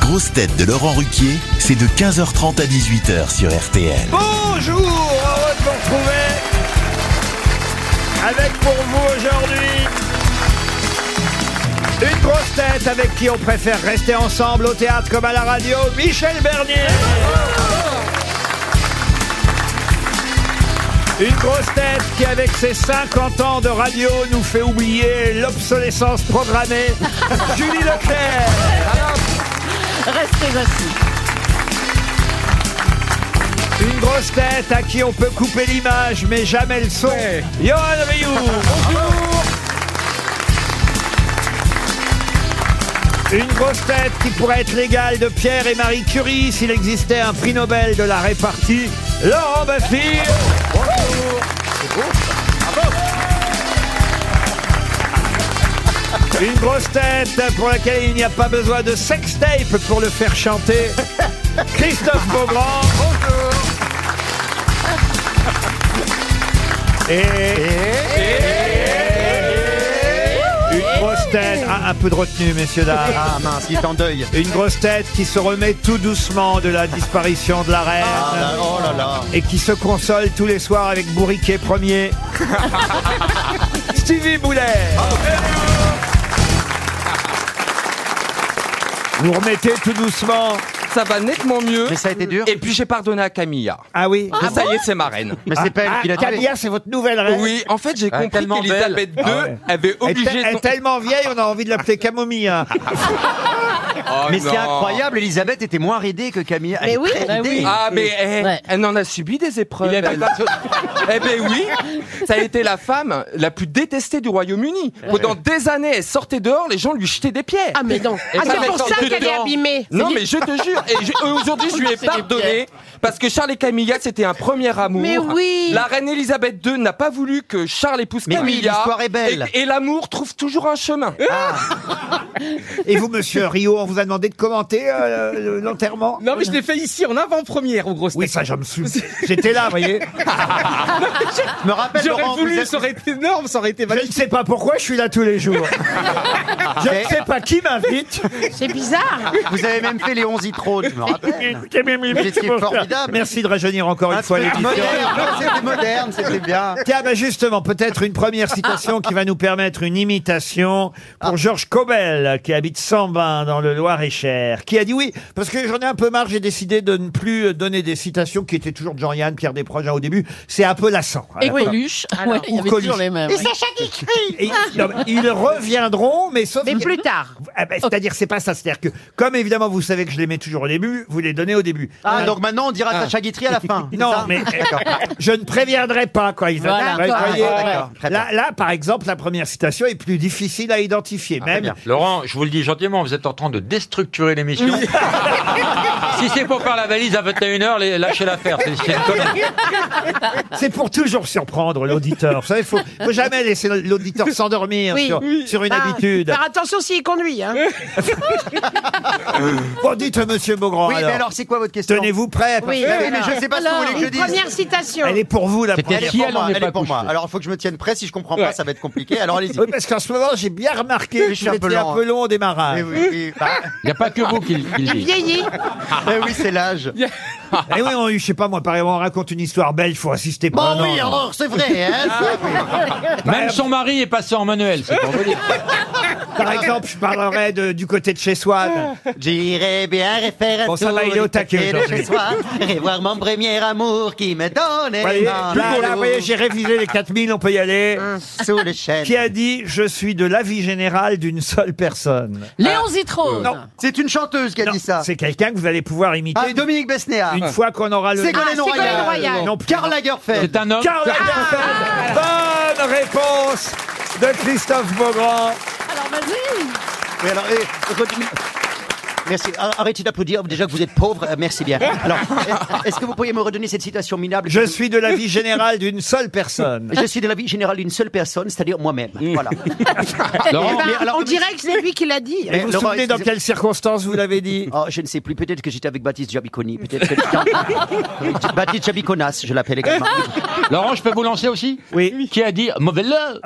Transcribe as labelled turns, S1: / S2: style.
S1: grosses têtes de Laurent Ruquier, c'est de 15h30 à 18h sur RTL.
S2: Bonjour, heureux de vous retrouver avec pour vous aujourd'hui une grosse tête avec qui on préfère rester ensemble au théâtre comme à la radio, Michel Bernier. Une grosse tête qui, avec ses 50 ans de radio, nous fait oublier l'obsolescence programmée, Julie Leclerc.
S3: Restez assis.
S2: Une grosse tête à qui on peut couper l'image mais jamais le son. Johan Rioux. Bonjour. Une grosse tête qui pourrait être l'égale de Pierre et Marie Curie s'il existait un prix Nobel de la répartie. Laurent Baffy. Bonjour. Une grosse tête pour laquelle il n'y a pas besoin de sextape pour le faire chanter. Christophe Beaugrand. Et, une grosse tête, Ah, un peu de retenue, messieurs dames.
S4: Ah mince, il est en deuil.
S2: Une grosse tête qui se remet tout doucement de la disparition de la reine
S4: Ah là- oh là là.
S2: et qui se console tous les soirs avec Bourriquet Premier. Stevie Boulet. Vous remettez tout doucement.
S5: Ça va nettement mieux.
S4: Mais ça a été dur.
S5: Et puis j'ai pardonné à Camilla.
S2: Ah oui.
S5: Mais ça y est, c'est ma reine.
S4: Mais c'est pas elle
S2: Ah,
S4: qui l'a tué.
S2: Camilla, c'est votre nouvelle reine.
S5: Oui, en fait, j'ai compris
S4: tellement
S5: qu'Elisabeth II
S2: Ah ouais.
S5: avait
S2: Elle est te-
S5: obligé
S2: elle est
S5: son-
S2: tellement vieille, on a envie de l'appeler Camomille. hein.
S5: Oh
S4: Mais c'est
S5: non.
S4: incroyable, Elisabeth était moins ridée que Camille.
S3: Mais oui. Bah oui.
S5: Ah, mais eh,
S3: Ouais.
S5: elle en a subi des épreuves. elle. eh ben oui, ça a été la femme la plus détestée du Royaume-Uni. Pendant des années, elle sortait dehors, les gens lui jetaient des pierres.
S3: Ah mais non.
S5: Et
S3: Ah, c'est pour
S5: maintenant,
S3: ça
S5: dedans.
S3: qu'elle est abîmée.
S5: Non, mais je te jure, et je- euh, aujourd'hui je lui ai
S3: C'est des pierres.
S5: pardonné parce que Charles et Camilla c'était un premier amour.
S3: Mais oui.
S5: La reine Elisabeth II n'a pas voulu que Charles épouse
S4: Mais oui,
S5: Camilla.
S4: l'histoire est belle.
S5: Et, et l'amour trouve toujours un chemin.
S2: Et vous, monsieur Rio, on vous a demandé de commenter euh, le- le- l'enterrement
S6: Non, mais je l'ai fait ici en avant-première, au gros
S2: Oui, ça, j'en me souviens. J'étais là, vous voyez.
S4: Je me rappelle
S6: J'aurais
S4: Laurent, vous
S6: voulu,
S4: êtes-
S6: ça aurait été énorme, ça aurait été
S2: Je ne sais pas pourquoi je suis là tous les jours. Je ne sais pas qui m'invite.
S3: C'est bizarre.
S4: vous avez même fait les 11 itrônes, je me rappelle.
S2: Mais
S4: étiez formidable. Ah,
S2: Merci de rajeunir encore une fois
S4: C'était
S2: l'édition.
S4: moderne, non, c'était moderne, c'était bien.
S2: Tiens, ben justement, peut-être une première citation qui va nous permettre une imitation pour Georges Cobel, qui habite Sambin, dans le Loir-et-Cher, qui a dit oui, parce que j'en ai un peu marre, j'ai décidé de ne plus donner des citations qui étaient toujours de Jean-Yann, Pierre Desproges hein, au début. C'est un peu lassant. hein,
S3: Et
S2: Voilà.
S3: Coluche. Ouais, il y avait
S2: Coluche.
S3: toujours les mêmes.
S2: Et- non, mais ils reviendront, mais sauf
S3: Mais
S2: que-
S3: plus tard.
S2: Ah ben, c'est-à-dire, c'est pas ça. C'est-à-dire que, comme évidemment, vous savez que je les mets toujours au début, vous les donnez au début.
S4: Ah, donc maintenant on dira Sacha Guitry à la fin. c'est
S2: Non,
S4: ça
S2: mais euh, je ne préviendrai pas quand ils
S3: Voilà,
S2: arrivent,
S3: d'accord,
S2: voyez. euh,
S3: ouais,
S4: d'accord, très
S2: là, là, par exemple, la première citation est plus difficile à identifier, même.
S4: bien.
S7: Laurent, je vous le dis gentiment, vous êtes en train de déstructurer l'émission. si c'est pour faire la valise à 21h, lâchez l'affaire. C'est c'est une connerie.
S2: C'est pour toujours surprendre l'auditeur. Vous savez, faut, faut jamais laisser l'auditeur s'endormir
S3: Oui,
S2: sur,
S3: oui.
S2: sur une
S3: Ah,
S2: habitude.
S3: Faire attention s'il conduit. Hein.
S2: Bon, Oh, dites, monsieur Beaugrand,
S4: Oui,
S2: alors.
S4: mais alors c'est quoi votre question
S2: Tenez-vous prêt. parce
S3: Oui.
S2: que
S4: Ah oui, mais je sais pas ce que vous voulez que je
S3: Une
S4: dise.
S3: première citation.
S2: Elle est pour vous, la première.
S4: Elle est
S7: Si
S4: pour
S7: elle
S4: moi,
S7: en est
S4: elle
S7: pas
S4: est pour moi.
S7: couchée.
S4: Alors faut que je me tienne prêt, si je comprends pas, ça va être compliqué. Alors allez-y.
S2: Oui, parce qu'en ce moment, j'ai bien remarqué
S4: Je
S2: que
S4: suis un peu
S2: j'étais un
S4: lent,
S2: peu long au démarrage.
S4: Eh oui, oui, bah,
S7: Il n'y a pas que vous qui, qui le
S3: J'ai
S7: dites.
S3: vieilli.
S4: eh oui, c'est l'âge.
S2: Eh oui, on, je sais pas, moi, par exemple, on raconte une histoire belle, il faut assister
S4: Bon
S2: pendant.
S4: Bah oui, alors c'est vrai. Hein, c'est-
S7: Même son mari est passé en manuel, c'est pour vous dire.
S2: Par exemple, je parlerai de- du côté de chez
S4: Ah.
S2: Swan.
S4: J'irai bien refaire
S2: Bon,
S4: un
S2: ça
S4: tour
S2: va, il est au
S4: du
S2: taquet
S4: côté de
S2: aujourd'hui.
S4: chez soi, revoir mon premier amour qui me donnait
S2: Voyez,
S4: dans
S2: là, là,
S4: Ah. le Ah. dos.
S2: vous voyez, j'ai révisé les 4000, on peut y aller.
S4: sous les chaînes.
S2: Qui a dit « Je suis de l'avis général d'une seule personne
S3: Léon Zitrone.
S2: Euh, Non.
S4: C'est une chanteuse qui » a
S2: Non,
S4: dit ça.
S2: C'est quelqu'un que vous allez pouvoir imiter
S4: Ah, Dominique Besnéard.
S2: une fois qu'on aura le...
S3: Ah,
S4: Ségolène
S3: Ségolène
S4: Royal.
S3: Royal.
S2: Non plus.
S4: Karl Lagerfeld.
S7: C'est un homme.
S2: Karl Lagerfeld.
S4: Ah.
S2: Bonne réponse de Christophe Beaugrand.
S3: Alors vas-y.
S4: Oui, alors, eh, continue. Merci. Ar- Arrêtez d'applaudir. Déjà que vous êtes pauvre, euh, merci bien. Alors, est- est-ce que vous pourriez me redonner cette citation minable
S2: Je suis de l'avis général d'une seule personne.
S4: Je suis de l'avis général d'une seule personne, c'est-à-dire moi-même.
S2: Mm.
S4: Voilà.
S3: Eh ben,
S4: Mais alors,
S3: on
S4: mais-
S3: dirait que c'est lui qui l'a dit.
S2: Et vous vous
S4: Laurent,
S2: souvenez dans
S4: excusez-
S2: quelles circonstances vous l'avez dit
S4: Oh, je ne sais plus. Peut-être que j'étais avec Baptiste Jabiconi. Peut-être que j'étais- Baptiste Jabiconas, je l'appelle également.
S7: Laurent, je peux vous lancer aussi
S2: Oui.
S7: Qui a dit mauvais le